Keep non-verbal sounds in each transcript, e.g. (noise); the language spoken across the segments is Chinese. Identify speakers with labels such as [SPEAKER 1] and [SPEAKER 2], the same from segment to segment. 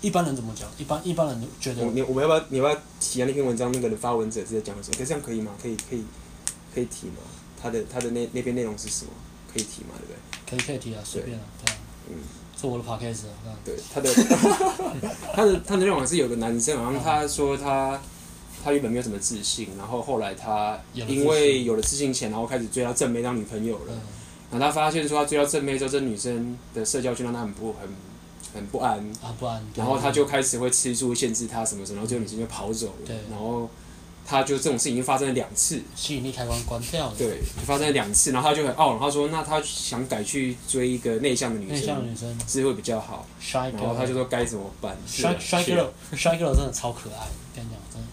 [SPEAKER 1] 一般人怎么讲？一般一般人觉得
[SPEAKER 2] 我你我们要不要你要不要提下那篇文章那个人发文者是在讲什么？可这样可以吗？可以可以可以提吗？他的他的那那篇内容是什么？可以提吗？对不对？
[SPEAKER 1] 可以可以提啊，随便啊，对啊，
[SPEAKER 2] 嗯，
[SPEAKER 1] 做我的 podcast 啊，那
[SPEAKER 2] 对他的他的 (laughs) 他的内容是有个男生，好
[SPEAKER 1] 嗯
[SPEAKER 2] 像他说他他原本没有什么自信，然后后来他
[SPEAKER 1] 有了自
[SPEAKER 2] 因为有了自信前，然后开始追到正妹当女朋友了。
[SPEAKER 1] 嗯，
[SPEAKER 2] 然后他发现说他追到正妹之后，这女生的社交圈让他很不很很不安，
[SPEAKER 1] 啊不然，
[SPEAKER 2] 然后他就开始会吃醋限制他什么什么，然后这个女生就跑走了
[SPEAKER 1] 对。
[SPEAKER 2] 然后他就这种事情已经发生了两次，
[SPEAKER 1] 吸引力开关关掉了，，
[SPEAKER 2] 对，发生了两次，然后他就很懊恼，他说那他想改去追一个内向的女
[SPEAKER 1] 内向的
[SPEAKER 2] 生，
[SPEAKER 1] 女生
[SPEAKER 2] 是会比较好。
[SPEAKER 1] shy
[SPEAKER 2] 然后他就
[SPEAKER 1] girl，shy
[SPEAKER 2] 说该怎么办？是啊
[SPEAKER 1] shy
[SPEAKER 2] 是啊
[SPEAKER 1] girl，shy girl 真的超可爱，跟你讲真的。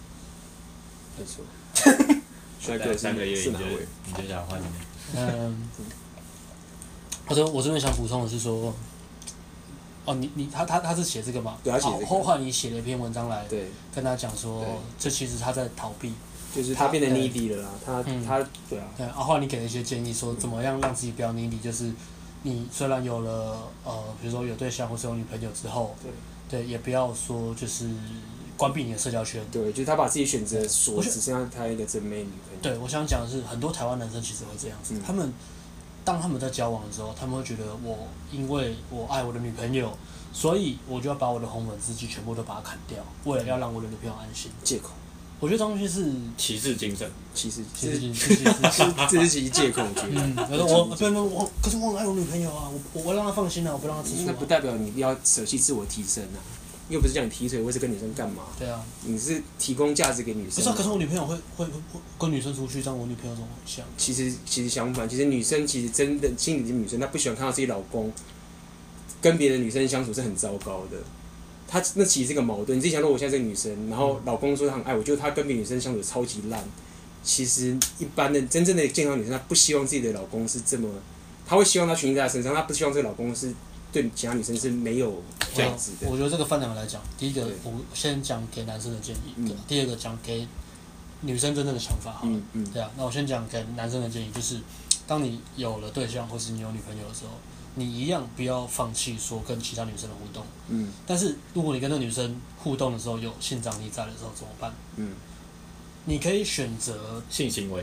[SPEAKER 2] 没错。
[SPEAKER 3] (laughs)
[SPEAKER 2] 帅哥
[SPEAKER 3] 三
[SPEAKER 2] 是
[SPEAKER 3] 三个月
[SPEAKER 2] 是
[SPEAKER 3] 你
[SPEAKER 2] 哪
[SPEAKER 3] 就
[SPEAKER 2] 位？
[SPEAKER 3] 你就想换你，
[SPEAKER 2] (laughs)
[SPEAKER 1] 嗯，我这我这边想补充的是说，哦，你你他他他是写这个嘛？
[SPEAKER 2] 对他写这个
[SPEAKER 1] 好后来你写了一篇文章来
[SPEAKER 2] 对，
[SPEAKER 1] 跟他讲说
[SPEAKER 2] 对，
[SPEAKER 1] 这其实他在逃避。
[SPEAKER 2] 就是他
[SPEAKER 1] 他
[SPEAKER 2] 变得
[SPEAKER 1] 对
[SPEAKER 2] needy 了啦，他
[SPEAKER 1] 嗯
[SPEAKER 2] 他对啊，
[SPEAKER 1] 对，然后后来你给了一些建议，说怎么样让自己不要腻腻，就是你虽然有了呃，比如说有对象或是有女朋友之后，对，也不要说就是关闭你的社交圈。
[SPEAKER 2] 对，就是他把自己选择锁
[SPEAKER 1] 我觉
[SPEAKER 2] 只
[SPEAKER 1] 得
[SPEAKER 2] 剩下他一个真妹女朋友。
[SPEAKER 1] 对，我想讲的是，很多台湾男生其实会这样子，
[SPEAKER 2] 嗯
[SPEAKER 1] 他们当他们在交往的时候，他们会觉得我因为我爱我的女朋友，所以我就要把我的红粉知己全部都把它砍掉，为了要让我的女朋友安心。
[SPEAKER 2] 借口，
[SPEAKER 1] 我觉得这东西是
[SPEAKER 3] 骑士精神，
[SPEAKER 2] 其实
[SPEAKER 1] 其
[SPEAKER 2] 这
[SPEAKER 1] 实
[SPEAKER 2] 是
[SPEAKER 1] 其实其实
[SPEAKER 2] 这是这是其实借口，我觉
[SPEAKER 1] 嗯，
[SPEAKER 2] 得。
[SPEAKER 1] 可是我对对，我可是我很爱我女朋友啊，我我我让她放心啊，我不让她吃醋
[SPEAKER 2] 那
[SPEAKER 1] 啊
[SPEAKER 2] 不。代表你要舍弃自我提升啊，又不是叫你劈腿，或是跟女生干嘛？
[SPEAKER 1] 对啊，
[SPEAKER 2] 你是提供价值给女
[SPEAKER 1] 不
[SPEAKER 2] 生
[SPEAKER 1] 是、啊，。可是我女朋友会会会会跟女生出去，这样我女朋友怎么会想？
[SPEAKER 2] 其实其实相反，其实女生其实真的心里的女生，她不喜欢看到自己老公跟别的女生相处是很糟糕的。她那其实是个矛盾。你自己想，如果我现在是个女生，然
[SPEAKER 1] 嗯
[SPEAKER 2] 后老公说他很爱我，就她跟别的女生相处超级烂。其实一般的真正的健康女生，她不希望自己的老公是这么，她会希望她群体在她身上，她不希望这个老公是对其他女生是没有价值的
[SPEAKER 1] 我。觉得这个分两个来讲，第一个
[SPEAKER 2] 对
[SPEAKER 1] 我先讲给男生的建议，
[SPEAKER 2] 嗯
[SPEAKER 1] 第二个讲给女生真正的想法好了。
[SPEAKER 2] 嗯嗯，
[SPEAKER 1] 对啊，那我先讲给男生的建议，就是当你有了对象或是你有女朋友的时候，你一样不要放弃说跟其他女生的互动。
[SPEAKER 2] 嗯
[SPEAKER 1] 但是如果你跟那女生互动的时候有性张力在的时候怎么办？
[SPEAKER 2] 嗯，
[SPEAKER 1] 你可以选择
[SPEAKER 3] 性行为，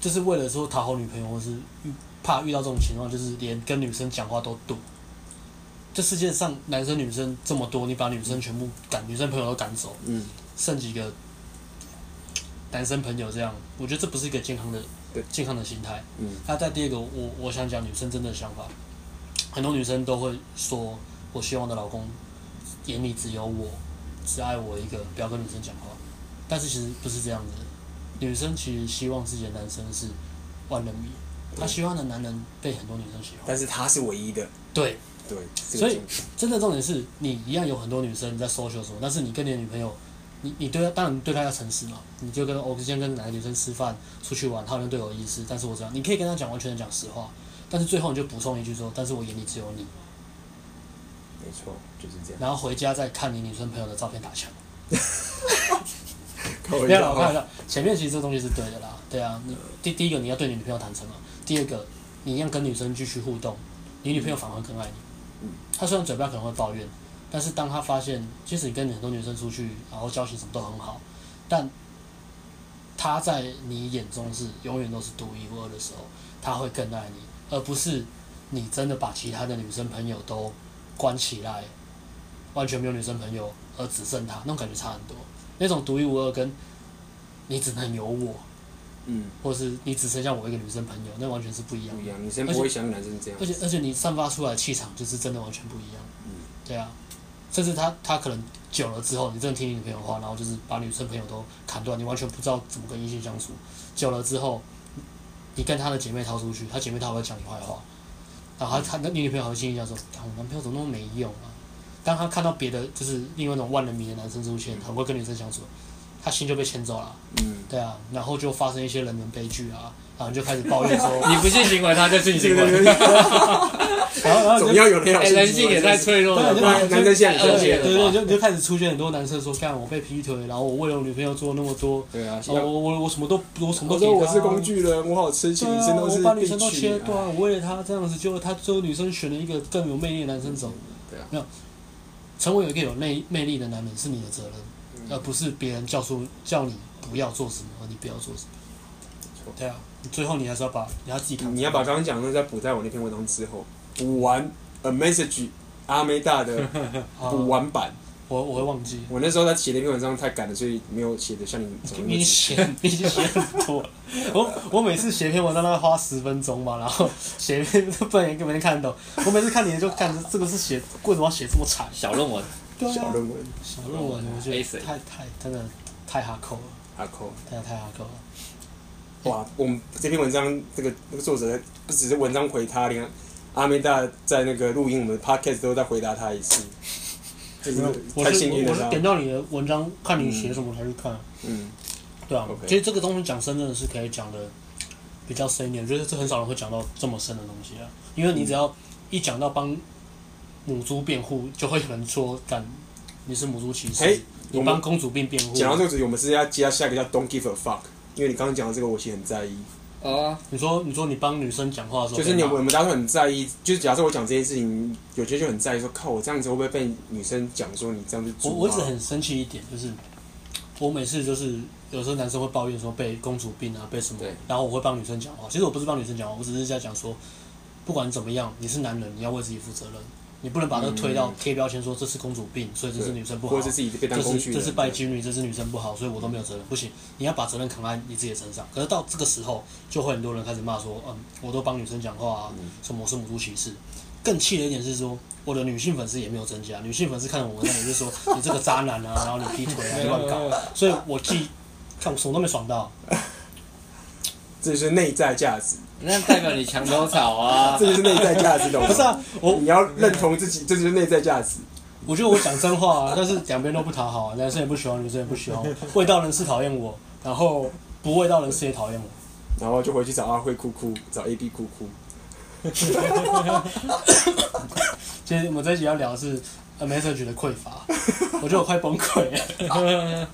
[SPEAKER 1] 就是为了说讨好女朋友，或是遇怕遇到这种情况，就是连跟女生讲话都躲。这世界上男生女生这么多，你把女生全部赶，女生朋友都赶走，
[SPEAKER 2] 嗯。
[SPEAKER 1] 剩几个男生朋友这样，我觉得这不是一个健康的
[SPEAKER 2] 对
[SPEAKER 1] 健康的心态。
[SPEAKER 2] 嗯，
[SPEAKER 1] 那在第二个，我我想讲女生真正的想法，很多女生都会说，我希望我的老公眼里只有我，只爱我一个，不要跟女生讲话。但是其实不是这样子的，女生其实希望自己的男生是万人迷，她希望的男人被很多女生喜欢。
[SPEAKER 2] 但是他是唯一的，
[SPEAKER 1] 对，
[SPEAKER 2] 对，这个
[SPEAKER 1] 所以
[SPEAKER 2] 重
[SPEAKER 1] 真的重点是你一样有很多女生在 social 什么，但是你跟你的女朋友，你你对她当然对她要诚实嘛，你就跟哦我之前跟哪个女生吃饭出去玩，她好像对我有意思，但是我知道你可以跟她讲完全的讲实话，但是最后你就补充一句说，但是我眼里只有你，
[SPEAKER 2] 没错，就是这样。
[SPEAKER 1] 然后回家再看你女生朋友的照片打枪。
[SPEAKER 2] 不
[SPEAKER 1] 不要了，我开玩笑。前面其实这东西是对的啦，对啊，你第第一个你要对你女朋友坦诚嘛，第二个你一样跟女生继续互动，你女朋友反而会更爱你
[SPEAKER 2] 嗯。
[SPEAKER 1] 她虽然嘴巴可能会抱怨，但是当她发现，即使你跟很多女生出去，然后交情什么都很好，但她在你眼中是永远都是独一无二的时候，她会更爱你，而不是你真的把其他的女生朋友都关起来，完全没有女生朋友，而只剩她，那种感觉差很多。那种独一无二跟你只能有我，
[SPEAKER 2] 嗯，
[SPEAKER 1] 或是你只剩下我一个女生朋友，那完全是不一样
[SPEAKER 2] 不一
[SPEAKER 1] 的。
[SPEAKER 2] 样，女生不会像男生这样
[SPEAKER 1] 而。且而且你散发出来的气场就是真的完全不一样。
[SPEAKER 2] 嗯，
[SPEAKER 1] 对啊，甚至他他可能久了之后，你真的听你女朋友的话，然后就是把女生朋友都砍断，你完全不知道怎么跟异性相处。久了之后，你跟她的姐妹逃出去，她
[SPEAKER 2] 嗯
[SPEAKER 1] 姐妹她会讲你坏话，然后她她你女朋友还会心里想说，啊我男朋友怎么那么没用啊？当他看到别的就是另外一种万人迷的男生出现，很会跟女生相处，他心就被牵走了。
[SPEAKER 2] 嗯，
[SPEAKER 1] 对啊，然后就发生一些人伦悲剧啊，然后你就开始抱
[SPEAKER 2] (laughs)
[SPEAKER 1] 怨说，
[SPEAKER 3] 你不性行为，他就性行为，
[SPEAKER 1] (laughs) 然后然后你就
[SPEAKER 2] 总要有人要
[SPEAKER 3] 哎，人性也太脆弱了
[SPEAKER 1] 对
[SPEAKER 3] 吧。
[SPEAKER 2] 男男生现在很
[SPEAKER 1] 对对
[SPEAKER 2] 生气
[SPEAKER 1] 对，
[SPEAKER 2] 了
[SPEAKER 1] 对
[SPEAKER 2] 吧？
[SPEAKER 1] 就你就开始出现很多男生说，看我被劈腿，然后我为了我女朋友做那么
[SPEAKER 2] (laughs)
[SPEAKER 1] 多，
[SPEAKER 2] 对啊，
[SPEAKER 1] 哦、
[SPEAKER 2] 像
[SPEAKER 1] 我我我什么都我什么都
[SPEAKER 2] 我说
[SPEAKER 1] 给
[SPEAKER 2] 我
[SPEAKER 1] 她
[SPEAKER 2] 是工具人，我好吃起，
[SPEAKER 1] 对啊
[SPEAKER 2] 女生都是
[SPEAKER 1] 我把女生都
[SPEAKER 2] 必
[SPEAKER 1] 切
[SPEAKER 2] 娶
[SPEAKER 1] 断，
[SPEAKER 2] 哎
[SPEAKER 1] 我为了她这样子，结果她最后女生选了一个更有魅力的男生走。
[SPEAKER 2] 对啊
[SPEAKER 1] 没有，成为一个有魅魅力的男人是你的责
[SPEAKER 2] 嗯
[SPEAKER 1] 任，而不是别人叫出叫你不要做什么，而你不要做什么
[SPEAKER 2] 错。
[SPEAKER 1] 对啊，最后你还是要把你要自己扛住。
[SPEAKER 2] 你要把刚刚讲的再补在我那篇文章之后，补完 a message 阿妹
[SPEAKER 1] (laughs)
[SPEAKER 2] 大的
[SPEAKER 1] 啊
[SPEAKER 2] 补完版。
[SPEAKER 1] 我我会忘记，
[SPEAKER 2] 我那时候他写那篇文章太赶了，所以没有写的像你讲的那
[SPEAKER 1] (laughs) 你
[SPEAKER 2] 么
[SPEAKER 1] 写 (laughs) 你写很多，我我每次写一篇文章都要花十分钟嘛，然后写一篇不然也根本没看得懂。我每次看你的就看这这个是写为什么要写这么长？
[SPEAKER 3] 小论文，
[SPEAKER 1] 对啊
[SPEAKER 2] 小论文。
[SPEAKER 1] 小论文，我觉
[SPEAKER 3] 黑
[SPEAKER 1] 得
[SPEAKER 3] 水
[SPEAKER 1] 太太真的太哈扣了，
[SPEAKER 2] 阿扣，
[SPEAKER 1] 真的太哈扣了。
[SPEAKER 2] 哇！我们这篇文章这个那个作者不只是文章回他，连阿妹大在那个录音我们的 podcast 都在回答他一次，真的
[SPEAKER 1] 我
[SPEAKER 2] 太
[SPEAKER 1] 是
[SPEAKER 2] 幸运
[SPEAKER 1] 我
[SPEAKER 2] 了
[SPEAKER 1] 我是
[SPEAKER 2] 啦。
[SPEAKER 1] 点到你的文章，看你写什么才去看。
[SPEAKER 2] 嗯，
[SPEAKER 1] 对啊
[SPEAKER 2] OK
[SPEAKER 1] 其实这个东西讲深真的是可以讲的比较深一点，我觉得这很少人会讲到这么深的东西啊。因为你只要一讲到帮母猪辩护，就会有人说：“干，你是母猪骑士，
[SPEAKER 2] 哎
[SPEAKER 1] 你
[SPEAKER 2] 我们
[SPEAKER 1] 帮公主病辩护。”
[SPEAKER 2] 讲到这个主题，我们是要接到下一个叫 Don't give a fuck，因为你刚刚讲的这个我其实很在意，
[SPEAKER 3] 哦，
[SPEAKER 1] 你说你说你帮女生讲话的时候
[SPEAKER 2] 就
[SPEAKER 1] 被骂，
[SPEAKER 2] 是你我们大家都很在意，就是假设我讲这些事情，有些就很在意说，靠，我这样子会不会被女生讲说你这样子
[SPEAKER 1] 我
[SPEAKER 2] 猪
[SPEAKER 1] 我一直
[SPEAKER 2] 啊
[SPEAKER 1] 很生气一点，就是我每次就是有时候男生会抱怨说被公主病啊，被什么
[SPEAKER 2] 对，
[SPEAKER 1] 然后我会帮女生讲话。其实我不是帮女生讲话，我只是在讲说，不管怎么样，你是男人，你要为自己负责任，你不能把这个推到贴标签说这是公主病，所以这是女生不好
[SPEAKER 2] 嗯或者，是自己被当
[SPEAKER 1] 这
[SPEAKER 2] 工具
[SPEAKER 1] 是
[SPEAKER 2] 人，
[SPEAKER 1] 这是拜金女，这是女生不好，所以我都没有责任。不行，你要把责任扛在你自己的身上。可是到这个时候，就会很多人开始骂说，嗯，我都帮女生讲话啊，
[SPEAKER 2] 嗯
[SPEAKER 1] 什么我是母猪歧视。更气的一点是说，我的女性粉丝也没有增加，女性粉丝看了我文章也是说你这个渣男啊，然后你劈
[SPEAKER 2] (laughs)
[SPEAKER 1] 腿啊，你乱搞。所以我既看我什么都没爽到，
[SPEAKER 2] 这就是内在价值，
[SPEAKER 3] 那代表你墙头草
[SPEAKER 2] (laughs)
[SPEAKER 3] 啊
[SPEAKER 2] 这！就是内在价值，懂吗？
[SPEAKER 1] 不是啊，我
[SPEAKER 2] 你要认同自己，这就是内在价值。
[SPEAKER 1] 我觉得我讲真话、啊，但是两边都不讨好、啊，男生也不喜欢，女生也不喜欢我，味道人士讨厌我，然后不味道人士也讨厌我。
[SPEAKER 2] 然后就回去找阿辉哭哭，找 A B 哭哭。
[SPEAKER 1] 其实我们这一集要聊的是 a message 的匮
[SPEAKER 2] (laughs)
[SPEAKER 1] 乏，我觉得我快崩溃了。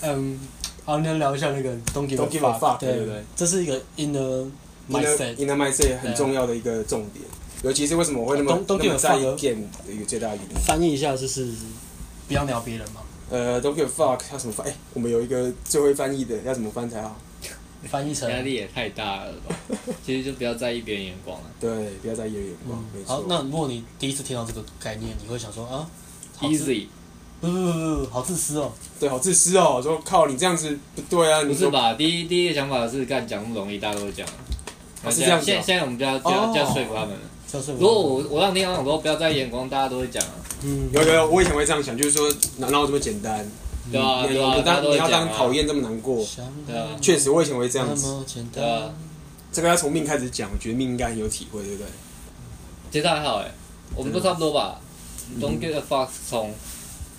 [SPEAKER 1] 嗯，好，那聊一下那个 Don't give
[SPEAKER 2] Don't
[SPEAKER 1] a
[SPEAKER 2] give a fuck，
[SPEAKER 1] 对
[SPEAKER 2] 对不对？
[SPEAKER 1] 这是一个 inner mindset。
[SPEAKER 2] inner mindset 很重要的一个重点，尤其是为什么我会那么
[SPEAKER 1] Don't- don't
[SPEAKER 2] 那
[SPEAKER 1] give a
[SPEAKER 2] 么在
[SPEAKER 1] fuck
[SPEAKER 2] 意
[SPEAKER 1] 啊
[SPEAKER 2] game 的一个最大的原因。
[SPEAKER 1] 翻译一下就是不要鸟别人嘛，
[SPEAKER 2] 呃，don't give a fuck，要怎么翻？哎，我们有一个最会翻译的，要怎么翻才好？
[SPEAKER 1] 翻译成
[SPEAKER 3] 压力也太大了吧？其实就不要在意别人眼光了。
[SPEAKER 2] 对，不要在意眼光
[SPEAKER 1] 嗯，
[SPEAKER 2] 没
[SPEAKER 1] 好
[SPEAKER 2] 错。，
[SPEAKER 1] 那如果你第一次听到这个概念，你会想说啊好自
[SPEAKER 3] Easy
[SPEAKER 1] 不不不不，好自私哦。
[SPEAKER 2] 对，好自私哦！说靠，你这样子不对啊！
[SPEAKER 3] 不
[SPEAKER 2] 你
[SPEAKER 3] 是
[SPEAKER 2] 说
[SPEAKER 3] 吧？第一第一个想法是干讲那么容易，大家都会讲。
[SPEAKER 2] 啊是这样子啊
[SPEAKER 3] 现现在我们就要就
[SPEAKER 2] 哦
[SPEAKER 3] 要就要说服他们了。
[SPEAKER 1] 就是
[SPEAKER 3] 如果我我让听到很多不要在意眼光，大家都会讲啊，
[SPEAKER 1] 嗯
[SPEAKER 2] 有有有，我以前会这样想，就是说哪哪有这么简单？
[SPEAKER 3] 对啊
[SPEAKER 2] 你
[SPEAKER 3] 对啊，
[SPEAKER 2] 要
[SPEAKER 3] 大家
[SPEAKER 2] 当你
[SPEAKER 3] 都会
[SPEAKER 2] 要
[SPEAKER 3] 讲
[SPEAKER 2] 当讨
[SPEAKER 3] 啊。
[SPEAKER 2] 厌这嗯么难过？
[SPEAKER 1] 想
[SPEAKER 3] 对啊
[SPEAKER 2] 确实，我以前会这样
[SPEAKER 1] 那
[SPEAKER 2] 子。
[SPEAKER 1] 么简
[SPEAKER 3] 对啊
[SPEAKER 1] 单，
[SPEAKER 2] 这个要从命开始讲，我觉得命应该很有体会，对不对？
[SPEAKER 3] 其实还好哎，我们都差不多吧。Don't
[SPEAKER 2] 嗯
[SPEAKER 3] get a fuck 从，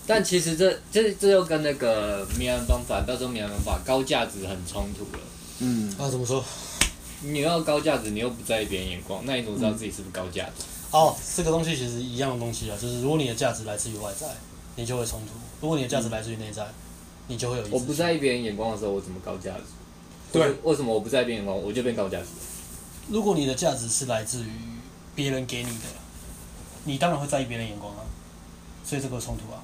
[SPEAKER 3] 但其实这这这又跟那个迷人方法，不要说迷人方法，高价值很冲突了。
[SPEAKER 2] 嗯，
[SPEAKER 1] 啊怎么说？
[SPEAKER 3] 你要高价值，你又不在意别人眼光，那你怎么知道自己是不是高价值？
[SPEAKER 1] 哦，这个东西其实一样的东西啊，就是如果你的价值来自于外在，你就会冲突；如果你的价值来自于内在，你就会有意识。
[SPEAKER 3] 我不在意别人眼光的时候，我怎么高价值？
[SPEAKER 2] 嗯对
[SPEAKER 3] 我就，为什么我不在意别人眼光，我就变高价值？
[SPEAKER 1] 如果你的价值是来自于别人给你的，你当然会在意别人眼光啊，所以这个冲突啊。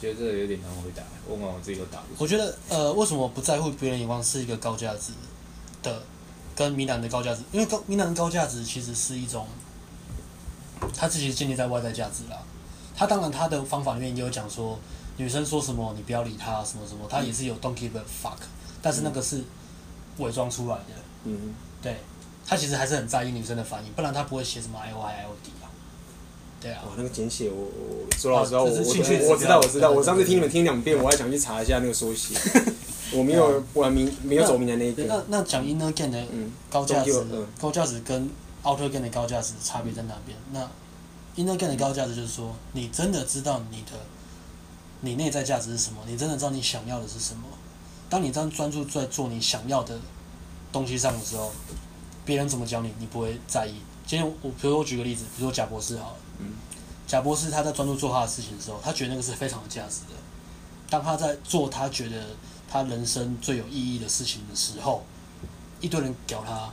[SPEAKER 3] 觉得这个有点难回答，问完我自己都答不出。
[SPEAKER 1] 我觉得呃，为什么不在乎别人眼光是一个高价值的，跟米兰的高价值，因为高米兰的高价值其实是一种，它自己建立在外在价值啦。他当然他的方法里面也有讲说，女生说什么你不要理她什么什么，他也是有 don't give a fuck，但是那个是伪装出来的，
[SPEAKER 2] 嗯，
[SPEAKER 1] 对他其实还是很在意女生的反应，不然他不会写什么 I Y I O D 啊，对啊
[SPEAKER 2] 哇，，那个简写我我我说老实话，
[SPEAKER 1] 啊
[SPEAKER 2] 我
[SPEAKER 1] 这是
[SPEAKER 2] 我
[SPEAKER 1] 兴趣指标
[SPEAKER 2] 我我知道我
[SPEAKER 1] 对对
[SPEAKER 2] 知道，
[SPEAKER 1] 对
[SPEAKER 2] 我上次听你们听两遍，我还想去查一下那个缩写，我没有我还明没有走明的那一
[SPEAKER 1] 那
[SPEAKER 2] 个，
[SPEAKER 1] 那讲 inner gain 的
[SPEAKER 2] 嗯，
[SPEAKER 1] 高价值
[SPEAKER 2] Tokyo，嗯，
[SPEAKER 1] 高价值跟 outer gain 的高价值差别在哪边？那 inner game 的高价值就是说，你真的知道你的你内在价值是什么，你真的知道你想要的是什么。当你这样专注在做你想要的东西上的时候，别人怎么讲你，你不会在意。今天我，比如说我举个例子，比如说贾博士好了，
[SPEAKER 2] 嗯，
[SPEAKER 1] 贾博士他在专注做他的事情的时候，他觉得那个是非常有价值的。当他在做他觉得他人生最有意义的事情的时候，一堆人屌他。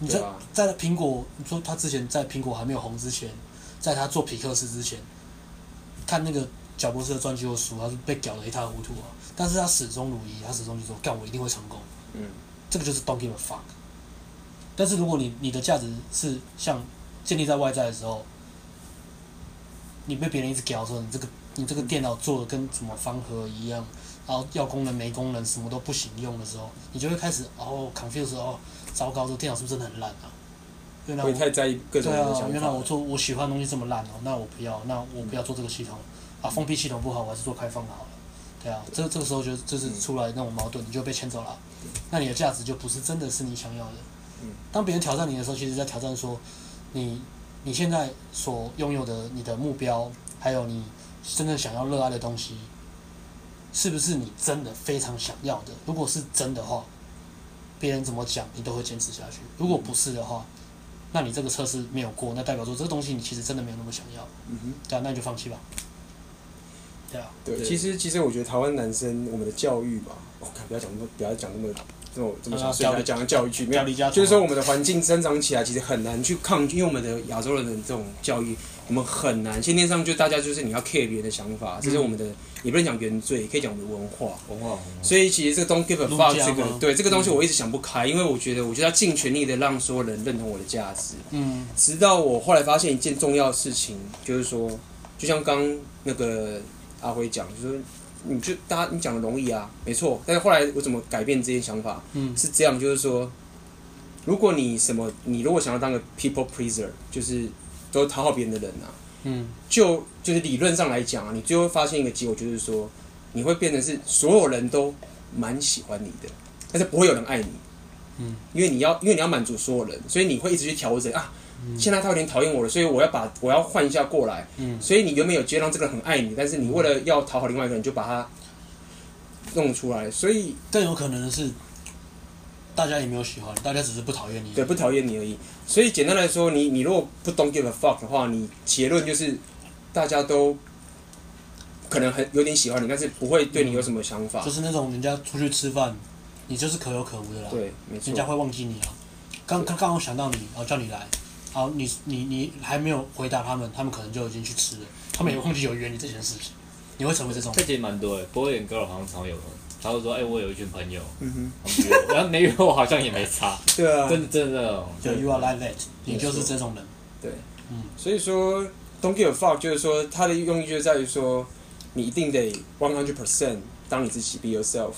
[SPEAKER 1] 你在、
[SPEAKER 2] 对啊
[SPEAKER 1] 在苹果，你说他之前在苹果还没有红之前，在他做皮克斯之前，看那个贾博士的传记或书，他是被屌得一塌糊涂啊。但是他始终如一，他始终就说干我一定会成功。
[SPEAKER 2] 嗯，
[SPEAKER 1] 这个就是 don't give a fuck。但是如果你你的价值是像建立在外在的时候，你被别人一直屌说你这个你这个电脑做的跟什么方盒一样，然后要功能没功能，什么都不行用的时候，你就会开始哦 confuse 哦，糟糕，这个电脑是不是真的很烂啊？原来
[SPEAKER 2] 会
[SPEAKER 1] 我
[SPEAKER 2] 太在意各种
[SPEAKER 1] 对
[SPEAKER 2] 人的
[SPEAKER 1] 啊，
[SPEAKER 2] 想
[SPEAKER 1] 原
[SPEAKER 2] 法
[SPEAKER 1] 来我
[SPEAKER 2] 了。
[SPEAKER 1] 做我喜欢的东西这么烂哦，那我不要，那我不要做这个系统啊，封闭系统不好，我还是做开放的好了。对啊，这这个时候就
[SPEAKER 2] 嗯
[SPEAKER 1] 就是出来那种矛盾，你就被牵走了，那你的价值就不是真的是你想要的
[SPEAKER 2] 嗯。
[SPEAKER 1] 当别人挑战你的时候，其实在挑战说你你现在所拥有的你的目标，还有你真正想要热爱的东西，是不是你真的非常想要的？如果是真的话，别人怎么讲你都会坚持下去；如果不是的话，那你这个测试没有过，那代表说这个东西你其实真的没有那么想要，
[SPEAKER 2] 嗯哼。
[SPEAKER 1] 对啊，那你就放弃吧。对啊，
[SPEAKER 2] 对，
[SPEAKER 3] 对
[SPEAKER 2] 其实其实我觉得台湾男生我们的教育吧，我、看不要讲那么不要讲那么这么这么
[SPEAKER 1] 啊
[SPEAKER 2] 详细，来
[SPEAKER 1] 教育
[SPEAKER 2] 讲到教育去，没
[SPEAKER 1] 要
[SPEAKER 2] 有，
[SPEAKER 1] 离家出走，
[SPEAKER 2] 啊就是说我们的环境生长起来其实很难去抗拒，因为我们的亚洲人的这种教育，我们很难先天上就大家就是你要 care 别人的想法，这是我们的也不能讲原罪，也可以讲我们的文化。
[SPEAKER 3] 文化红
[SPEAKER 2] 所以其实这个 don't give a
[SPEAKER 1] 儒
[SPEAKER 2] fuck
[SPEAKER 1] 家
[SPEAKER 2] 这个
[SPEAKER 1] 吗
[SPEAKER 2] 对这个东西我一直想不开，因为我觉得我觉得要尽全力的让所有人认同我的价值。
[SPEAKER 1] 嗯
[SPEAKER 2] 直到我后来发现一件重要的事情，就是说，就像刚那个阿辉讲，就是说你就大家你讲的容易啊，没错。但是后来我怎么改变这些想法？
[SPEAKER 1] 嗯
[SPEAKER 2] 是这样，就是说，如果你什么，你如果想要当个 people pleaser，就是都讨好别人的人啊，
[SPEAKER 1] 嗯
[SPEAKER 2] 就就是理论上来讲啊，你最后会发现一个结果，就是说，你会变成是所有人都蛮喜欢你的，但是不会有人爱你。
[SPEAKER 1] 嗯，
[SPEAKER 2] 因为你要因为你要满足所有人，所以你会一直去调整啊。现在他有点讨厌我了，所以我要把我要换一下过来。
[SPEAKER 1] 嗯
[SPEAKER 2] 所以你原本有接让这个人很爱你，但是你为了要讨好另外一个人，你就把他弄出来。所以
[SPEAKER 1] 更有可能的是，大家也没有喜欢，大家只是不讨厌你。
[SPEAKER 2] 对，不讨厌你而已。所以简单来说，你你如果不 don't give a fuck 的话，你结论就是大家都可能很有点喜欢你，但是不会对你有什么想法。
[SPEAKER 1] 就是那种人家出去吃饭，你就是可有可无的啦，
[SPEAKER 2] 对，没错
[SPEAKER 1] 人。家会忘记你啊。刚刚刚我想到你，然后叫你来，然后你你你还没有回答他们，他们可能就已经去吃了，他们也忘记有约你这件事情，你会成为这种
[SPEAKER 3] 这其实蛮多的，不过演歌好像常有人，他会说：“哎、我有一群朋友，
[SPEAKER 2] 嗯
[SPEAKER 3] 他们约我，然后没约我好像也
[SPEAKER 2] (laughs)
[SPEAKER 3] 没差。
[SPEAKER 2] 哼，对啊，
[SPEAKER 3] 真的真的那种，
[SPEAKER 1] 就 you are like that，你就是
[SPEAKER 2] 没错
[SPEAKER 1] 这种人。嗯
[SPEAKER 2] 所以说 don't give a fuck 就是说它的用意就在于说，你一定得 one hundred percent 当你自己 be yourself。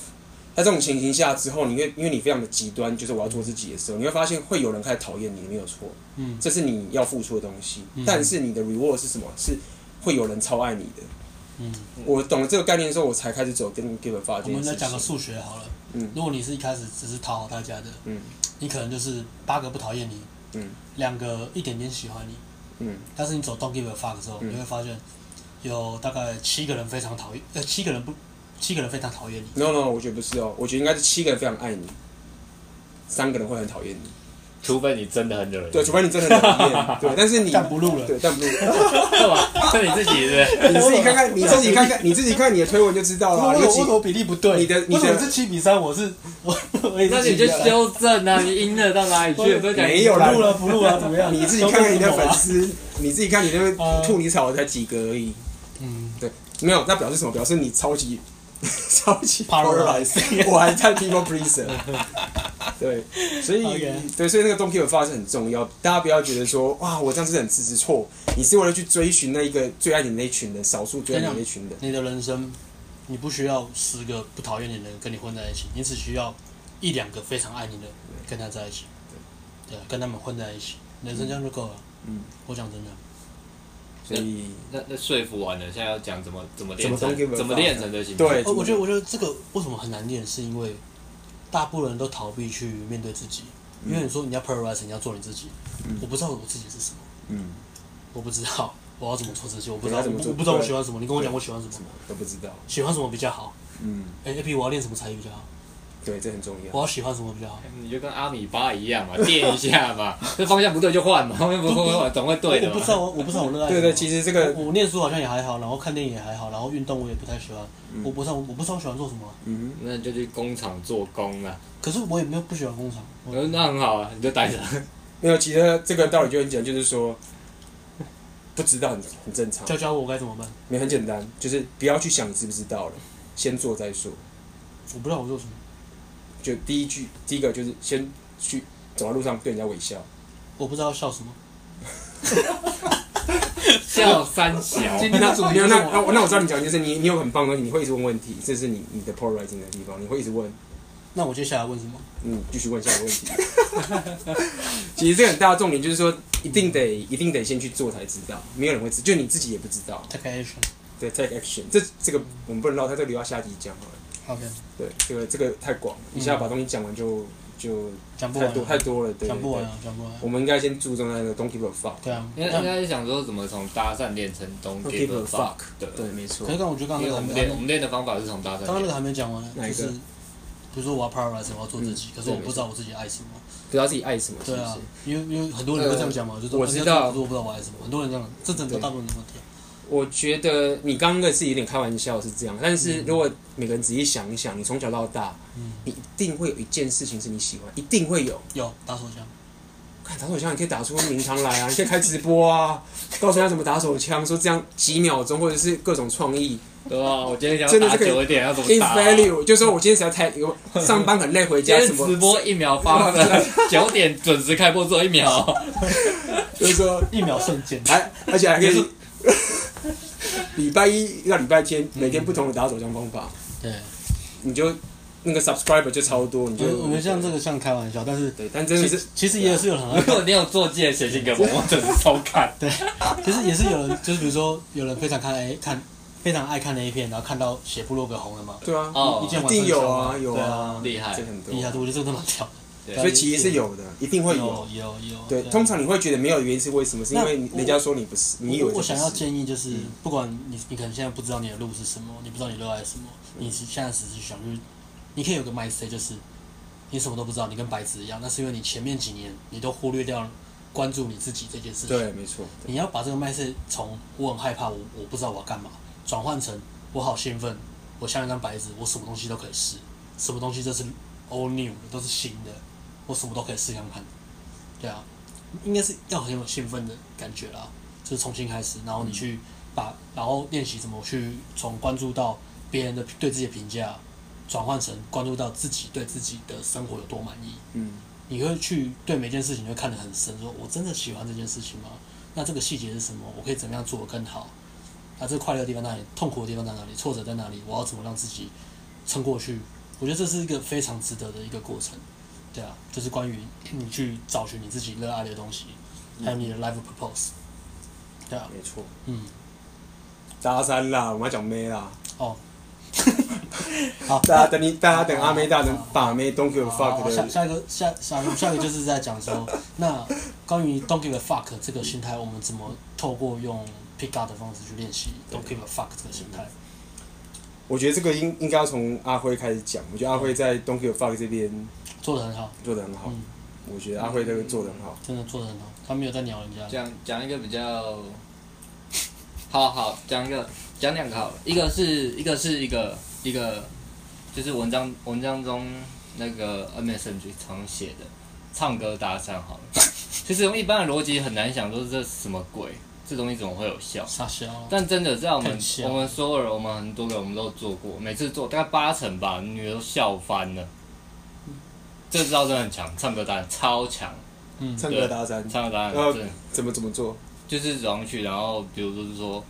[SPEAKER 2] 在这种情形下之后，你会因为你非常的极端，就是我要做自己的时候，你会发现会有人开始讨厌你，没有错。
[SPEAKER 1] 嗯
[SPEAKER 2] 这是你要付出的东西，
[SPEAKER 1] 嗯
[SPEAKER 2] 但是你的 reward 是什么？是会有人超爱你的。
[SPEAKER 1] 嗯，
[SPEAKER 2] 我懂了这个概念之后，我才开始走跟 give a fuck
[SPEAKER 1] 我
[SPEAKER 2] 这件
[SPEAKER 1] 们来
[SPEAKER 2] 事
[SPEAKER 1] 讲个
[SPEAKER 2] 情。
[SPEAKER 1] 数学好了。
[SPEAKER 2] 嗯
[SPEAKER 1] 如果你是一开始只是讨好大家的，
[SPEAKER 2] 嗯
[SPEAKER 1] 你可能就是八个不讨厌你，
[SPEAKER 2] 嗯，
[SPEAKER 1] 两个一点点喜欢你，
[SPEAKER 2] 嗯
[SPEAKER 1] 但是你走 don't give a fuck 的时候，
[SPEAKER 2] 嗯
[SPEAKER 1] 你会发现有大概七个人非常讨厌，呃，七个人不，七个人非常讨厌你，
[SPEAKER 2] ，no no，我觉得不是哦，我觉得应该是七个人非常爱你，三个人会很讨厌你。
[SPEAKER 3] 除非你真的很惹人，
[SPEAKER 2] 对，除非你真的很讨厌，对，但是你
[SPEAKER 1] 但不录了。
[SPEAKER 2] 对，但不是。
[SPEAKER 3] 干嘛？是你自己是
[SPEAKER 2] (laughs)
[SPEAKER 3] 不是
[SPEAKER 2] 你自己看看，你自己看看，你自己看你的推文就知道
[SPEAKER 1] 我我
[SPEAKER 2] 了。有
[SPEAKER 1] 我
[SPEAKER 2] 几
[SPEAKER 1] 怎么比例不对？
[SPEAKER 2] 你的你的
[SPEAKER 1] 为什么是七比三？我是我 (laughs) 我也
[SPEAKER 3] 那
[SPEAKER 1] 是
[SPEAKER 3] 你
[SPEAKER 1] 七
[SPEAKER 3] 就
[SPEAKER 1] 比三。
[SPEAKER 3] 修正啊！你赢了到哪里去？不是讲
[SPEAKER 2] 没有
[SPEAKER 1] 不
[SPEAKER 2] 啦
[SPEAKER 1] 录了不录了，怎么样？
[SPEAKER 2] (laughs) 你自己看看你的粉
[SPEAKER 1] 丝。
[SPEAKER 2] 丝，你自己看你那
[SPEAKER 1] 呃
[SPEAKER 2] 个吐你草才几个而已，
[SPEAKER 1] 嗯，
[SPEAKER 2] 没有，那表示什么？表示你超级 (laughs) 超级
[SPEAKER 1] Polarized
[SPEAKER 2] polarized (laughs) 我还看 people pleaser。对，所以
[SPEAKER 1] OK
[SPEAKER 2] 对，所以那个 don't give a fuck 是很重要，大家不要觉得说哇，我这样是很自知错，你是为了去追寻那一个最爱你的那一群人，少数最爱你的那一群人。
[SPEAKER 1] 你的人生，你不需要十个不讨厌你的人跟你混在一起，你只需要一两个非常爱你的人跟他在一起，对，啊跟他们混在一起，人生这样就够了。
[SPEAKER 2] 嗯，
[SPEAKER 1] 我讲真的，
[SPEAKER 2] 所以
[SPEAKER 3] 那那说服完了，现在要讲怎么怎么
[SPEAKER 2] 怎
[SPEAKER 3] 练
[SPEAKER 2] 么
[SPEAKER 3] 成
[SPEAKER 2] don't give a fuck
[SPEAKER 3] 怎么练成这行
[SPEAKER 2] 对
[SPEAKER 1] 哦我我觉得我觉得这个为什么很难练，是因为大部分人都逃避去面
[SPEAKER 2] 嗯
[SPEAKER 1] 对自己，因为你说你要 prioritize，你要做你自己，我不知道我自己是什么。
[SPEAKER 2] 嗯，
[SPEAKER 1] 我不知道我要怎么做自己，我不知道，
[SPEAKER 2] 你要怎么
[SPEAKER 1] 我
[SPEAKER 2] 做
[SPEAKER 1] 不我不知道我
[SPEAKER 2] 对
[SPEAKER 1] 喜欢什么，你跟我讲我喜欢什么，
[SPEAKER 2] 都不知道。
[SPEAKER 1] 喜欢什么比较好？
[SPEAKER 2] 嗯，
[SPEAKER 1] 哎、a P 我要练什么才艺比较好？
[SPEAKER 2] 对，这很重
[SPEAKER 1] 我
[SPEAKER 2] 要。
[SPEAKER 1] 要喜欢什么比较好？
[SPEAKER 3] 你就跟阿米巴一样嘛，垫一下嘛， (laughs) 这方向不对就换嘛，方向不
[SPEAKER 1] 不
[SPEAKER 3] 对总会对的
[SPEAKER 1] 我
[SPEAKER 3] 嘛。
[SPEAKER 1] 不知
[SPEAKER 2] (laughs)
[SPEAKER 1] 道，我不知道我热爱什
[SPEAKER 2] 对
[SPEAKER 1] 么。
[SPEAKER 2] 对，其实这个，
[SPEAKER 1] 我我念书好像也还好，然后看电影也还好，然后运动我也不太喜欢。我不知道，我不知道我喜欢做什么啊、
[SPEAKER 2] 嗯哼，
[SPEAKER 3] 那就去工厂做工了，
[SPEAKER 1] 可是我也没有不喜欢工厂。
[SPEAKER 2] 嗯
[SPEAKER 1] 我
[SPEAKER 3] 呃那很好啊，你就待着。
[SPEAKER 2] 没有，其实这个道理就很简单，就是说，不知道很很正常，
[SPEAKER 1] 教教我该怎么办？
[SPEAKER 2] 没有很简单，就是不要去想知不知道了，先做再说。
[SPEAKER 1] 我不知道我做什么，
[SPEAKER 2] 就第一句，第一个就是先去走在路上对人家微 (laughs) 笑，
[SPEAKER 1] 我不知道笑什么。
[SPEAKER 3] 笑三
[SPEAKER 2] (laughs)
[SPEAKER 3] 小，
[SPEAKER 1] 今
[SPEAKER 2] 那
[SPEAKER 1] 天的主
[SPEAKER 2] 那
[SPEAKER 1] 题是
[SPEAKER 2] 那
[SPEAKER 1] 什
[SPEAKER 2] 那
[SPEAKER 1] 么？
[SPEAKER 2] 我那我知道你讲的就是你你有很棒的东西，你会一直问问题，这是你你的 polarizing 的地方，你会一直问，
[SPEAKER 1] 那我接下来问什么？
[SPEAKER 2] 嗯，继续问下一个问 (laughs) 题。其实这个很大的重点就是说，一定得一定得先去做才知道，没有人会知，就你自己也不知道。
[SPEAKER 1] Take action。
[SPEAKER 2] 对，take action，这这个我们不能绕，它这个留到下集讲好了。
[SPEAKER 1] OK，
[SPEAKER 2] 对，这个这个太广，一下把东西讲完就就
[SPEAKER 1] 嗯讲不
[SPEAKER 2] 太
[SPEAKER 1] 完
[SPEAKER 2] 多
[SPEAKER 1] 啊，
[SPEAKER 2] 太多了，对
[SPEAKER 1] 讲不完
[SPEAKER 2] 对
[SPEAKER 1] 啊，讲不完啊
[SPEAKER 2] 对。我们应该先注重那个 don't give a fuck。
[SPEAKER 1] 对啊，
[SPEAKER 3] 应该
[SPEAKER 2] 嗯
[SPEAKER 1] 但
[SPEAKER 3] 应该是想说怎么从搭讪练成 don't
[SPEAKER 2] Don't
[SPEAKER 3] give
[SPEAKER 2] give
[SPEAKER 3] a
[SPEAKER 2] a
[SPEAKER 3] fuck
[SPEAKER 2] fuck。
[SPEAKER 3] 对，
[SPEAKER 2] 对，没错
[SPEAKER 1] 可是。刚我觉得刚
[SPEAKER 3] 因
[SPEAKER 1] 刚那
[SPEAKER 3] 为
[SPEAKER 1] 个
[SPEAKER 3] 我
[SPEAKER 1] 还没还
[SPEAKER 2] 嗯
[SPEAKER 3] 们练我
[SPEAKER 1] 没
[SPEAKER 3] 们练的方法是从搭讪
[SPEAKER 1] 刚刚那
[SPEAKER 3] 练
[SPEAKER 1] 个。还没讲完呢，
[SPEAKER 2] 哪
[SPEAKER 1] 就
[SPEAKER 2] 一个嗯
[SPEAKER 1] 是比如说我要 prioritize，我要做自己，可是我
[SPEAKER 2] 对
[SPEAKER 1] 不知道我自己爱什么。
[SPEAKER 2] 不知道自己爱什么，是
[SPEAKER 1] 对
[SPEAKER 2] 不
[SPEAKER 1] 啊
[SPEAKER 2] 是？，呃
[SPEAKER 1] 因为因为很多人会这样讲嘛，就说
[SPEAKER 2] 我
[SPEAKER 1] 哎你要
[SPEAKER 2] 知道
[SPEAKER 1] 做可是我不知道我爱什么。很多人这样，这真的
[SPEAKER 2] 对
[SPEAKER 1] 大部分人的问题。
[SPEAKER 2] 我觉得你刚刚那是有点开玩笑是这样，但是
[SPEAKER 1] 嗯
[SPEAKER 2] 如果每个人仔细想一想，你从小到大，你一定会有一件事情是你喜欢，一定会有。
[SPEAKER 1] 有打手枪，
[SPEAKER 2] 看打手枪，你可以打出名堂来啊，你可以开直播啊， (laughs) 告诉他怎么打手枪，说这样几秒钟或者是各种创意
[SPEAKER 3] 对啊，我今天想
[SPEAKER 2] 真的
[SPEAKER 3] 要打
[SPEAKER 2] 是可以
[SPEAKER 3] 久一点，要怎么
[SPEAKER 2] ，in
[SPEAKER 3] 打啊？
[SPEAKER 2] value，就说我今天实在太有上班很累，回
[SPEAKER 3] 今
[SPEAKER 2] 家
[SPEAKER 3] 天
[SPEAKER 2] 什 (laughs) 么
[SPEAKER 3] 直，播一秒
[SPEAKER 2] (laughs)
[SPEAKER 3] 发生，九点准时开播做一秒。
[SPEAKER 2] 就是说哎
[SPEAKER 1] 一秒瞬间。
[SPEAKER 2] 还 (laughs) 而且还可以礼拜一到礼拜天每天不同的打手枪方法，
[SPEAKER 1] 对，
[SPEAKER 2] 你就那个 subscriber 就超多，你就
[SPEAKER 1] 我我们像这个像开玩笑，但是
[SPEAKER 2] 对，但真的是
[SPEAKER 1] 其其实也是有人很
[SPEAKER 3] 如
[SPEAKER 1] 爱
[SPEAKER 3] 果你有做记得写信给我们，我准时收看。
[SPEAKER 1] 对，
[SPEAKER 2] 啊
[SPEAKER 1] (laughs) 其实也是有人，就是比如说有人非常看 A 看非常爱看 A 片，然后看到写部落格红了嘛，
[SPEAKER 2] 对啊，
[SPEAKER 3] 哦
[SPEAKER 1] 一，键
[SPEAKER 2] 一
[SPEAKER 1] 完
[SPEAKER 2] 定
[SPEAKER 1] 成
[SPEAKER 2] 有
[SPEAKER 1] 球
[SPEAKER 2] 啊，有
[SPEAKER 1] 对
[SPEAKER 2] 啊
[SPEAKER 1] 啊，，
[SPEAKER 3] 厉害
[SPEAKER 2] 这很多
[SPEAKER 1] 厉害，，我觉得这个都蛮屌的。
[SPEAKER 3] 对
[SPEAKER 2] 所以其实是有的，一定会有
[SPEAKER 1] 有。有有。
[SPEAKER 2] 对，
[SPEAKER 1] 啊
[SPEAKER 2] 通常你会觉得没有的原因是为什么？是因为
[SPEAKER 1] 那我
[SPEAKER 2] 人家说你不是，你以为
[SPEAKER 1] 我
[SPEAKER 2] 这嗯
[SPEAKER 1] 我
[SPEAKER 2] 不是
[SPEAKER 1] 想要建议就是，不管你你可能现在不知道你的路是什么，你不知道你热爱什么，
[SPEAKER 2] 嗯
[SPEAKER 1] 你是现在只是想去，你可以有个 mindset 就是，你什么都不知道，你跟白纸一样，那是因为你前面几年你都忽略掉关注你自己这件事情。
[SPEAKER 2] 对，没错，
[SPEAKER 1] 你要把这个 mindset 从我很害怕，我我不知道我要干嘛，转换成我好兴奋，我像一张白纸，我什么东西都可以试，什么东西都是 all new 的，都是新的，我什么都可以试看看。对啊，应该是要很有兴奋的感觉啦，就是重新开始，然后你去把，然后练习怎么去从关注到别人的对自己的评价，转换成关注到自己对自己的生活有多满意。
[SPEAKER 2] 嗯，
[SPEAKER 1] 你会去对每件事情会看得很深，说我真的喜欢这件事情吗？那这个细节是什么？我可以怎么样做得更好？啊，这个快乐的地方在哪里？痛苦的地方在哪里？挫折在哪里？我要怎么让自己撑过去？我觉得这是一个非常值得的一个过程，对啊，就是关于你去找寻你自己热爱的东西，
[SPEAKER 2] 嗯
[SPEAKER 1] 还有你的 life purpose，对啊，
[SPEAKER 2] 没错，
[SPEAKER 1] 嗯，
[SPEAKER 2] 搭讪啦，我们要讲妹啦， (laughs)
[SPEAKER 1] 哦，好，
[SPEAKER 2] 大啊家等你，大家等阿妹，大家等
[SPEAKER 1] 好
[SPEAKER 2] 把妹，don't give a
[SPEAKER 1] 好
[SPEAKER 2] fuck
[SPEAKER 1] 好下
[SPEAKER 2] 的，
[SPEAKER 1] 下一个下下一个下一个就是在讲说，那关于 don't give a fuck 这个心态，我们怎么透过用 pick up 的方式去练习 don't give a fuck 这个心态？
[SPEAKER 2] 我觉得这个应应该要从阿辉开始讲，我觉得阿辉在 don't give a fuck 这边
[SPEAKER 1] 做的很好，
[SPEAKER 2] 做的很好
[SPEAKER 1] 嗯，
[SPEAKER 2] 我觉得阿辉这个做的很好，
[SPEAKER 1] 真的做的很好，他没有在鸟人家。
[SPEAKER 3] 讲讲一个比较，好好讲一个，讲两个好了，一个是一个是一个一个，就是文章文章中那个 MSN 最常写的唱歌搭讪好了， (laughs) 其实用一般的逻辑很难想说这是什么鬼，这东西怎么会有效？
[SPEAKER 1] 傻笑，
[SPEAKER 3] 但真的在我们
[SPEAKER 1] 很像
[SPEAKER 3] 我们所有人，我们很多个我们都做过，每次做大概八成吧，女的都笑翻了。这招真的很强，唱歌搭讪超强，
[SPEAKER 1] 嗯，
[SPEAKER 2] 唱歌搭讪，
[SPEAKER 3] 唱歌搭
[SPEAKER 2] 呃
[SPEAKER 3] 讪真的
[SPEAKER 2] 怎么怎么做？
[SPEAKER 3] 就是走上去，然后比如说是说，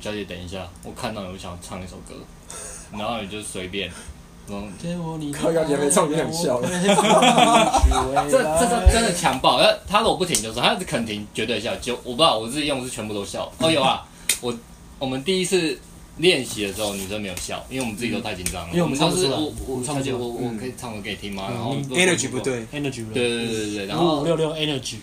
[SPEAKER 3] 小姐等一下，我看到你，我想唱一首歌，然后你就随便，然后
[SPEAKER 1] 给我你的
[SPEAKER 2] 靠腰你还没唱我就想笑了
[SPEAKER 1] 了
[SPEAKER 3] 这这招真的强爆，他他如果不停就是，他要是肯停绝对笑，就我不知道我自己用是全部都笑。哦
[SPEAKER 1] (laughs)
[SPEAKER 3] 有啊，我我们第一次练习的时候女生没有笑，因为我们自己都太紧张了，
[SPEAKER 1] 因为我们
[SPEAKER 3] 都
[SPEAKER 1] 唱不
[SPEAKER 3] 是
[SPEAKER 1] 出来
[SPEAKER 3] 我我
[SPEAKER 1] 我们唱
[SPEAKER 3] 小
[SPEAKER 1] 不
[SPEAKER 3] 姐
[SPEAKER 1] 出来
[SPEAKER 3] 我我
[SPEAKER 2] 嗯
[SPEAKER 3] 可以唱歌给你听吗？
[SPEAKER 1] 嗯
[SPEAKER 3] 然后
[SPEAKER 2] energy 不，对，
[SPEAKER 1] energy 了，
[SPEAKER 3] 对对对对对，然
[SPEAKER 1] 五五
[SPEAKER 3] 后
[SPEAKER 1] 六六 energy，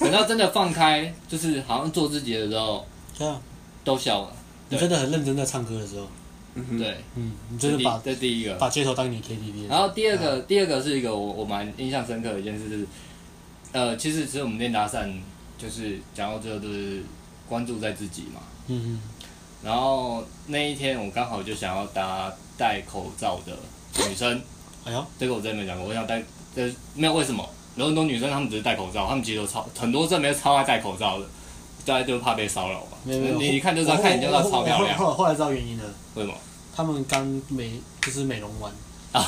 [SPEAKER 3] 等到真的放开，就是好像做自己的时候，
[SPEAKER 1] 对啊，
[SPEAKER 3] 都笑了。
[SPEAKER 1] 你真的很认真在唱歌的时候，
[SPEAKER 2] 嗯哼，
[SPEAKER 3] 对，啊
[SPEAKER 1] 嗯，你
[SPEAKER 3] 这
[SPEAKER 1] 真
[SPEAKER 3] 第
[SPEAKER 1] 的把
[SPEAKER 3] 这第一个。
[SPEAKER 1] 把街头当你的 KTV
[SPEAKER 3] 然
[SPEAKER 1] 了。
[SPEAKER 3] 后第二
[SPEAKER 1] 嗯
[SPEAKER 3] 个，第二个是一个我我蛮印象深刻的一件事，就是，呃，其实其实我们练搭讪，就是讲到最后就是关注在自己嘛。
[SPEAKER 1] 嗯
[SPEAKER 3] 然后那一天我刚好就想要搭戴口罩的女生，
[SPEAKER 1] 嗯，哎呦，
[SPEAKER 3] 这个我真的没讲过，我想戴，呃，没有为什么，有很多女生她们只是戴口罩，她们其实都超很多真的没超爱戴口罩的，大家就是怕被骚扰吧。
[SPEAKER 1] 没有没有，
[SPEAKER 3] 你一看就知道，看你就知道超漂亮，
[SPEAKER 1] 后来后来知道原因了，
[SPEAKER 3] 为什么？
[SPEAKER 1] 他们刚美就是美容完，
[SPEAKER 3] 啊，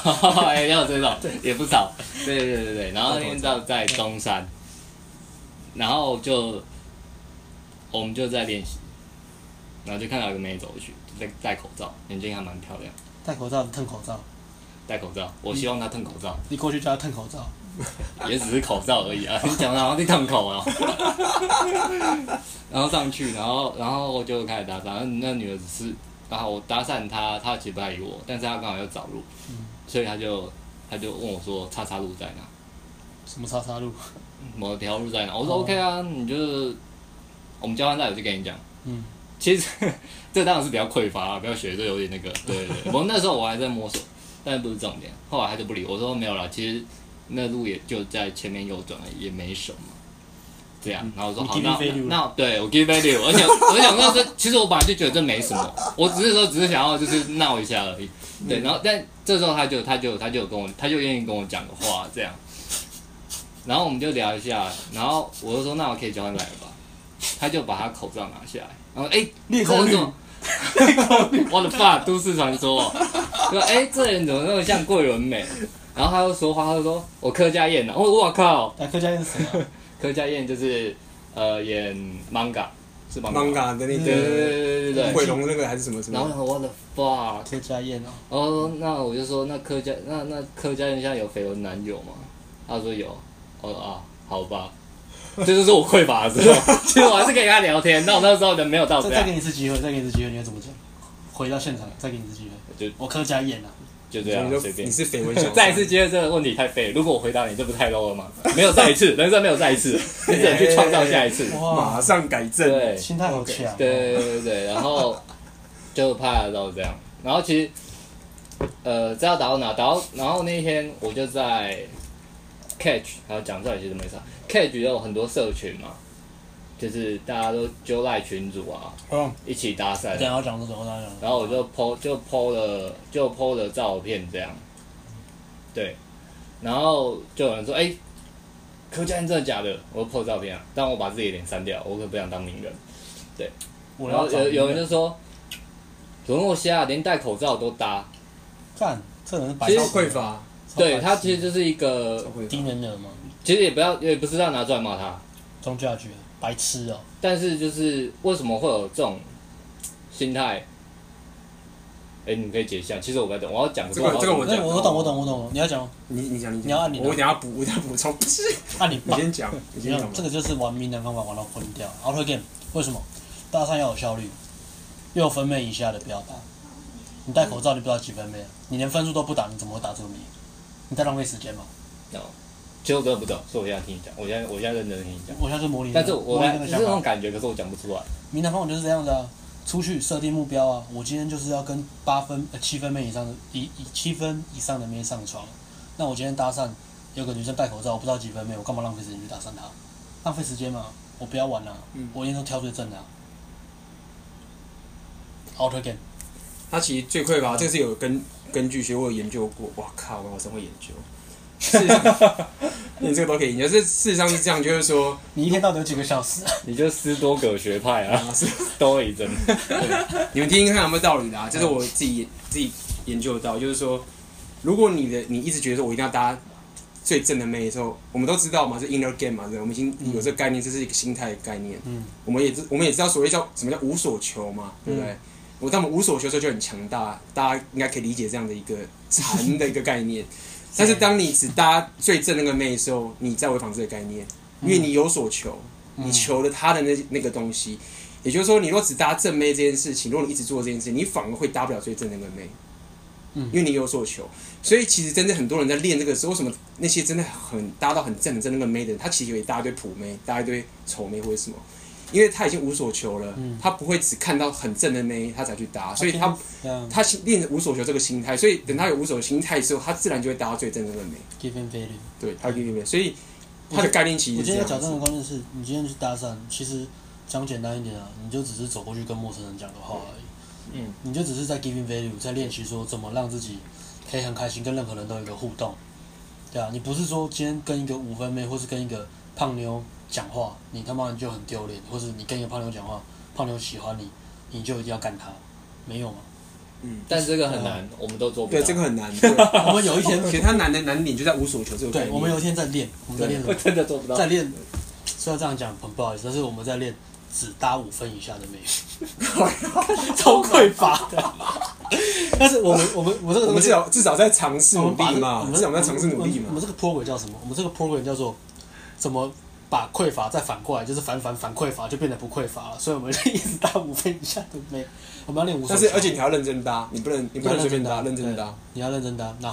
[SPEAKER 3] 哎，要有这种也不少，对对对对。然后那天到在中山，然后就我们就在练习，然后就看到一个妹走过去，戴戴口罩，眼睛还蛮漂亮，
[SPEAKER 1] 戴口罩蹭口罩，
[SPEAKER 3] 戴口罩。我希望她吞口罩，
[SPEAKER 1] 你过去叫他蹭口罩，
[SPEAKER 3] 也只是口罩而已啊！你讲的好像在烫口啊。 (laughs) 然后上去，然后然后我就开始搭讪，那女的只是，然后我搭讪她，她其实不太理我，但是她刚好要找路，所以她就她就问我说：“叉叉路在哪？”
[SPEAKER 1] 什么叉叉路，
[SPEAKER 3] 某条路在哪？我说
[SPEAKER 1] 哦
[SPEAKER 3] OK 啊，你就是我们交换代，我就跟你讲。
[SPEAKER 1] 嗯，
[SPEAKER 3] 其实 (laughs) 这当然是比较匮乏啊，不要学这有点那个。对对 (laughs) 对，我那时候我还在摸索，但不是重点。后来他就不理我，我说没有啦，其实那路也就在前面右转了，也没什么。这样，然后我说
[SPEAKER 1] 嗯你
[SPEAKER 3] 好，
[SPEAKER 1] give
[SPEAKER 3] 那
[SPEAKER 1] value
[SPEAKER 3] 那对我 give value，而且而且我那时候其实我本来就觉得这没什么，我只是说只是想要就是闹一下而已。
[SPEAKER 1] 嗯
[SPEAKER 3] 对，然后但这时候他就他就他就有跟我他就愿意跟我讲个话这样，然后我们就聊一下，然后我就说那我可以交换来了吧，他就把他口罩拿下来，然后哎，
[SPEAKER 1] 裂
[SPEAKER 3] 这
[SPEAKER 1] 口
[SPEAKER 3] 人
[SPEAKER 1] 女
[SPEAKER 3] 怎，么？ (laughs) 我的爸，都市传说、哦，说哎、这人怎么那么像桂纶镁？然后他又说话，他就说我柯佳燕呢、啊，我我靠，
[SPEAKER 1] 那客家人是谁
[SPEAKER 3] (laughs)
[SPEAKER 1] 啊？
[SPEAKER 3] 柯佳燕就是呃演 manga 是 manga，
[SPEAKER 2] manga 嗯的那
[SPEAKER 3] 对
[SPEAKER 2] 个
[SPEAKER 3] 对对对对对
[SPEAKER 2] 毁
[SPEAKER 3] 对。
[SPEAKER 2] 容那个还是什么什
[SPEAKER 3] 然后我
[SPEAKER 2] 么，
[SPEAKER 3] 想说我的 fuck，
[SPEAKER 1] 客家宴哦，
[SPEAKER 3] 然后那我就说，那柯佳那那柯佳人现在有绯闻男友吗？他说有。我说啊，好吧， (laughs) 这就是我匮乏的时
[SPEAKER 2] (laughs)
[SPEAKER 3] 候。其实我还是可以跟他聊天，但我那时候人没有到
[SPEAKER 1] 再
[SPEAKER 3] 这
[SPEAKER 1] 再
[SPEAKER 3] 样
[SPEAKER 1] 给，你一次机会，再给你一次机会，你要怎么讲？回到现场，再给你一次机会。
[SPEAKER 3] 就
[SPEAKER 1] 我客家宴啊，
[SPEAKER 3] 就这
[SPEAKER 2] 所以
[SPEAKER 3] 样
[SPEAKER 2] 你
[SPEAKER 3] 随
[SPEAKER 2] 说
[SPEAKER 3] 便
[SPEAKER 2] 你。是绯
[SPEAKER 3] (laughs)
[SPEAKER 2] 闻小
[SPEAKER 3] 再一次接着这个问题太废了，如果我回答你，这不太 low 了吗？没有再一次，人生没有再一次，你只能去创造下一次。
[SPEAKER 2] 马
[SPEAKER 1] 哇，
[SPEAKER 2] 上改正，
[SPEAKER 3] 对
[SPEAKER 1] 心态好强、哦。
[SPEAKER 3] 哎对对对对，然后就怕到这样，然后其实呃，知道打到哪，打到然后那一天我就在 Catch，还有讲出来其实没啥，Catch 也有很多社群嘛，就是大家都揪赖群主啊，
[SPEAKER 1] 嗯，
[SPEAKER 3] 一起搭讪
[SPEAKER 1] 等一，下要讲这种，我等一下讲。
[SPEAKER 3] 然后我就 po 就 po 了就 po 了照片这样，对，然后就有人说，哎、柯佳燕真的假的？我就 po 照片啊，但我把自己的脸删掉，我可不想当名人。
[SPEAKER 1] 我
[SPEAKER 3] 然后
[SPEAKER 1] 要找
[SPEAKER 3] 有有人
[SPEAKER 1] 一个
[SPEAKER 3] 就说，沦落虾啊连戴口罩都搭，
[SPEAKER 1] 干，这人是白
[SPEAKER 3] 其实
[SPEAKER 2] 超
[SPEAKER 1] 痴
[SPEAKER 2] 匮，乏，
[SPEAKER 1] 超白痴
[SPEAKER 3] 对他其实就是一个
[SPEAKER 2] 超，匮乏
[SPEAKER 1] 低能儿嘛，
[SPEAKER 3] 其实也不要也不是要拿出来骂他，
[SPEAKER 1] 宗教局白痴哦、
[SPEAKER 3] 但是就是为什么会有这种心态？哎、你可以解释一下。其实我不太懂，我要讲
[SPEAKER 2] 这个这个我
[SPEAKER 1] 那我懂我懂我懂，你要讲吗哦
[SPEAKER 2] 你你讲你讲，
[SPEAKER 1] 你要按你的
[SPEAKER 2] 我等下补，我等下补
[SPEAKER 3] (laughs)
[SPEAKER 2] 充，不是，
[SPEAKER 1] 啊你
[SPEAKER 2] 你
[SPEAKER 1] 爸，
[SPEAKER 2] 先讲，你
[SPEAKER 1] 你
[SPEAKER 2] 先讲
[SPEAKER 1] 看
[SPEAKER 2] 吧
[SPEAKER 1] 这，个就是玩名人方法玩到昏掉。Out game 为什么？搭讪要有效率，又有分贝以下的不要打。你戴口罩你不知道几分贝，你连分数都不打，你怎么会打这个名？你在浪费时间嘛？
[SPEAKER 3] 懂。其实我真的不懂，所以我现在听你讲，我现在我现在认真地听你讲。
[SPEAKER 1] 我现在是模拟那
[SPEAKER 3] 但
[SPEAKER 1] 个，
[SPEAKER 3] 是
[SPEAKER 1] 模
[SPEAKER 3] 我
[SPEAKER 1] 拟
[SPEAKER 3] 在
[SPEAKER 1] 那个
[SPEAKER 3] 是
[SPEAKER 1] 想
[SPEAKER 3] 那种
[SPEAKER 1] 法。
[SPEAKER 3] 感觉，可是我讲不出来。
[SPEAKER 1] 名人方法就是这样子啊，出去设定目标啊，我今天就是要跟八分、呃、七分妹以上的以以七分以上的妹上床。那我今天搭讪有个女生戴口罩，我不知道几分妹，我干嘛浪费时间去搭讪她？浪费时间嘛，我不要玩了、
[SPEAKER 2] 嗯
[SPEAKER 1] 我一定都挑最正的、啊。Out again，
[SPEAKER 2] 他其实最匮乏，这个是有根根据学或研究过。哇靠，我好像会研究。事实上，你这个都可以研究。这事实上是这样，就是说，
[SPEAKER 1] 你一天到底有几个小时？啊
[SPEAKER 3] 你就斯多葛学派啊，
[SPEAKER 2] 啊 (laughs)
[SPEAKER 3] (laughs)
[SPEAKER 2] 是
[SPEAKER 3] 多一针。
[SPEAKER 2] 你们听听看有没有道理啦。这是我自己自己研究到，就是说，如果你的你一直觉得说我一定要搭最正的妹的时候，我们都知道嘛，是 inner game 嘛，对不对，我们已经有这个概念，这是一个心态的概念。
[SPEAKER 1] 嗯，
[SPEAKER 2] 我们也知我们也知道所谓叫什么叫无所求嘛，对不对？我当我们无所求的时候就很强大，大家应该可以理解这样的一个禅的一个概念。但是当你只搭最正那个妹的时候，你在违反这个概念，因为你有所求，你求了她的那那个东西。也就是说，你若只搭正妹这件事情，如果你一直做这件事情，你反而会搭不了最正那个妹。
[SPEAKER 1] 嗯
[SPEAKER 2] 因为你有所求。所以其实真的很多人在练这个时候，为什么那些真的很搭到很正很正那个妹的人，他其实有一大堆普妹，搭一堆丑妹或者什么。因为他已经无所求了，他不会只看到很正的妹他才去搭，所以
[SPEAKER 1] (laughs)
[SPEAKER 2] 他
[SPEAKER 1] 对啊
[SPEAKER 2] 他练无所求这个心态，所以等他有无所求心态之后，他自然就会达到最正的美。
[SPEAKER 1] ，given value。
[SPEAKER 2] 对，他有一面，所以他的概念其
[SPEAKER 1] 我
[SPEAKER 2] 实是
[SPEAKER 1] 今天
[SPEAKER 2] 这样
[SPEAKER 1] 要矫正的
[SPEAKER 2] 子。
[SPEAKER 1] 观念是，你今天去搭讪，其实讲简单一点啊，你就只是走过去跟陌生人讲个话而已。
[SPEAKER 3] 嗯，
[SPEAKER 1] 你就只是在 giving value，在练习说怎么让自己可以很开心，跟任何人都有一个互动。对啊，你不是说今天跟一个五分妹，或是跟一个胖妞讲话，你他妈你就很丢脸，或是你跟一个胖妞讲话，胖妞喜欢你，你就一定要干她，没有嘛？
[SPEAKER 3] 但这个很难，我们都做不到。
[SPEAKER 2] 对，这个
[SPEAKER 1] (laughs)
[SPEAKER 2] 很难。对
[SPEAKER 1] 我们有一天，
[SPEAKER 2] 其实他难的难点就在无所求这个概
[SPEAKER 1] 对，
[SPEAKER 2] 念。
[SPEAKER 1] 我们有一天在练，我们在练什么
[SPEAKER 3] (laughs) ？真的做不到
[SPEAKER 1] 在。练，虽然这样讲很不好意思，但是我们在练只搭五分以下的美女，
[SPEAKER 2] (laughs)
[SPEAKER 1] 超匮乏的。但是我们我们我这个
[SPEAKER 2] 我
[SPEAKER 1] 东
[SPEAKER 2] 们
[SPEAKER 1] 西，
[SPEAKER 2] 至少至少在尝试
[SPEAKER 1] 我
[SPEAKER 2] 努
[SPEAKER 1] 们把
[SPEAKER 2] 力
[SPEAKER 1] 这个
[SPEAKER 2] 嘛，至少我们在尝试努力
[SPEAKER 1] 我们
[SPEAKER 2] 嘛。
[SPEAKER 1] 这个 program 叫什么？我们这个 program 叫做怎么把匮乏再反过来，就是反反反匮乏就变得不匮乏了。所以我们就一直搭五分以下的美，我们要练五。
[SPEAKER 2] 但是而且你还要认真搭，你不能你不能随便搭，认真搭。
[SPEAKER 1] 对，你要认真搭，然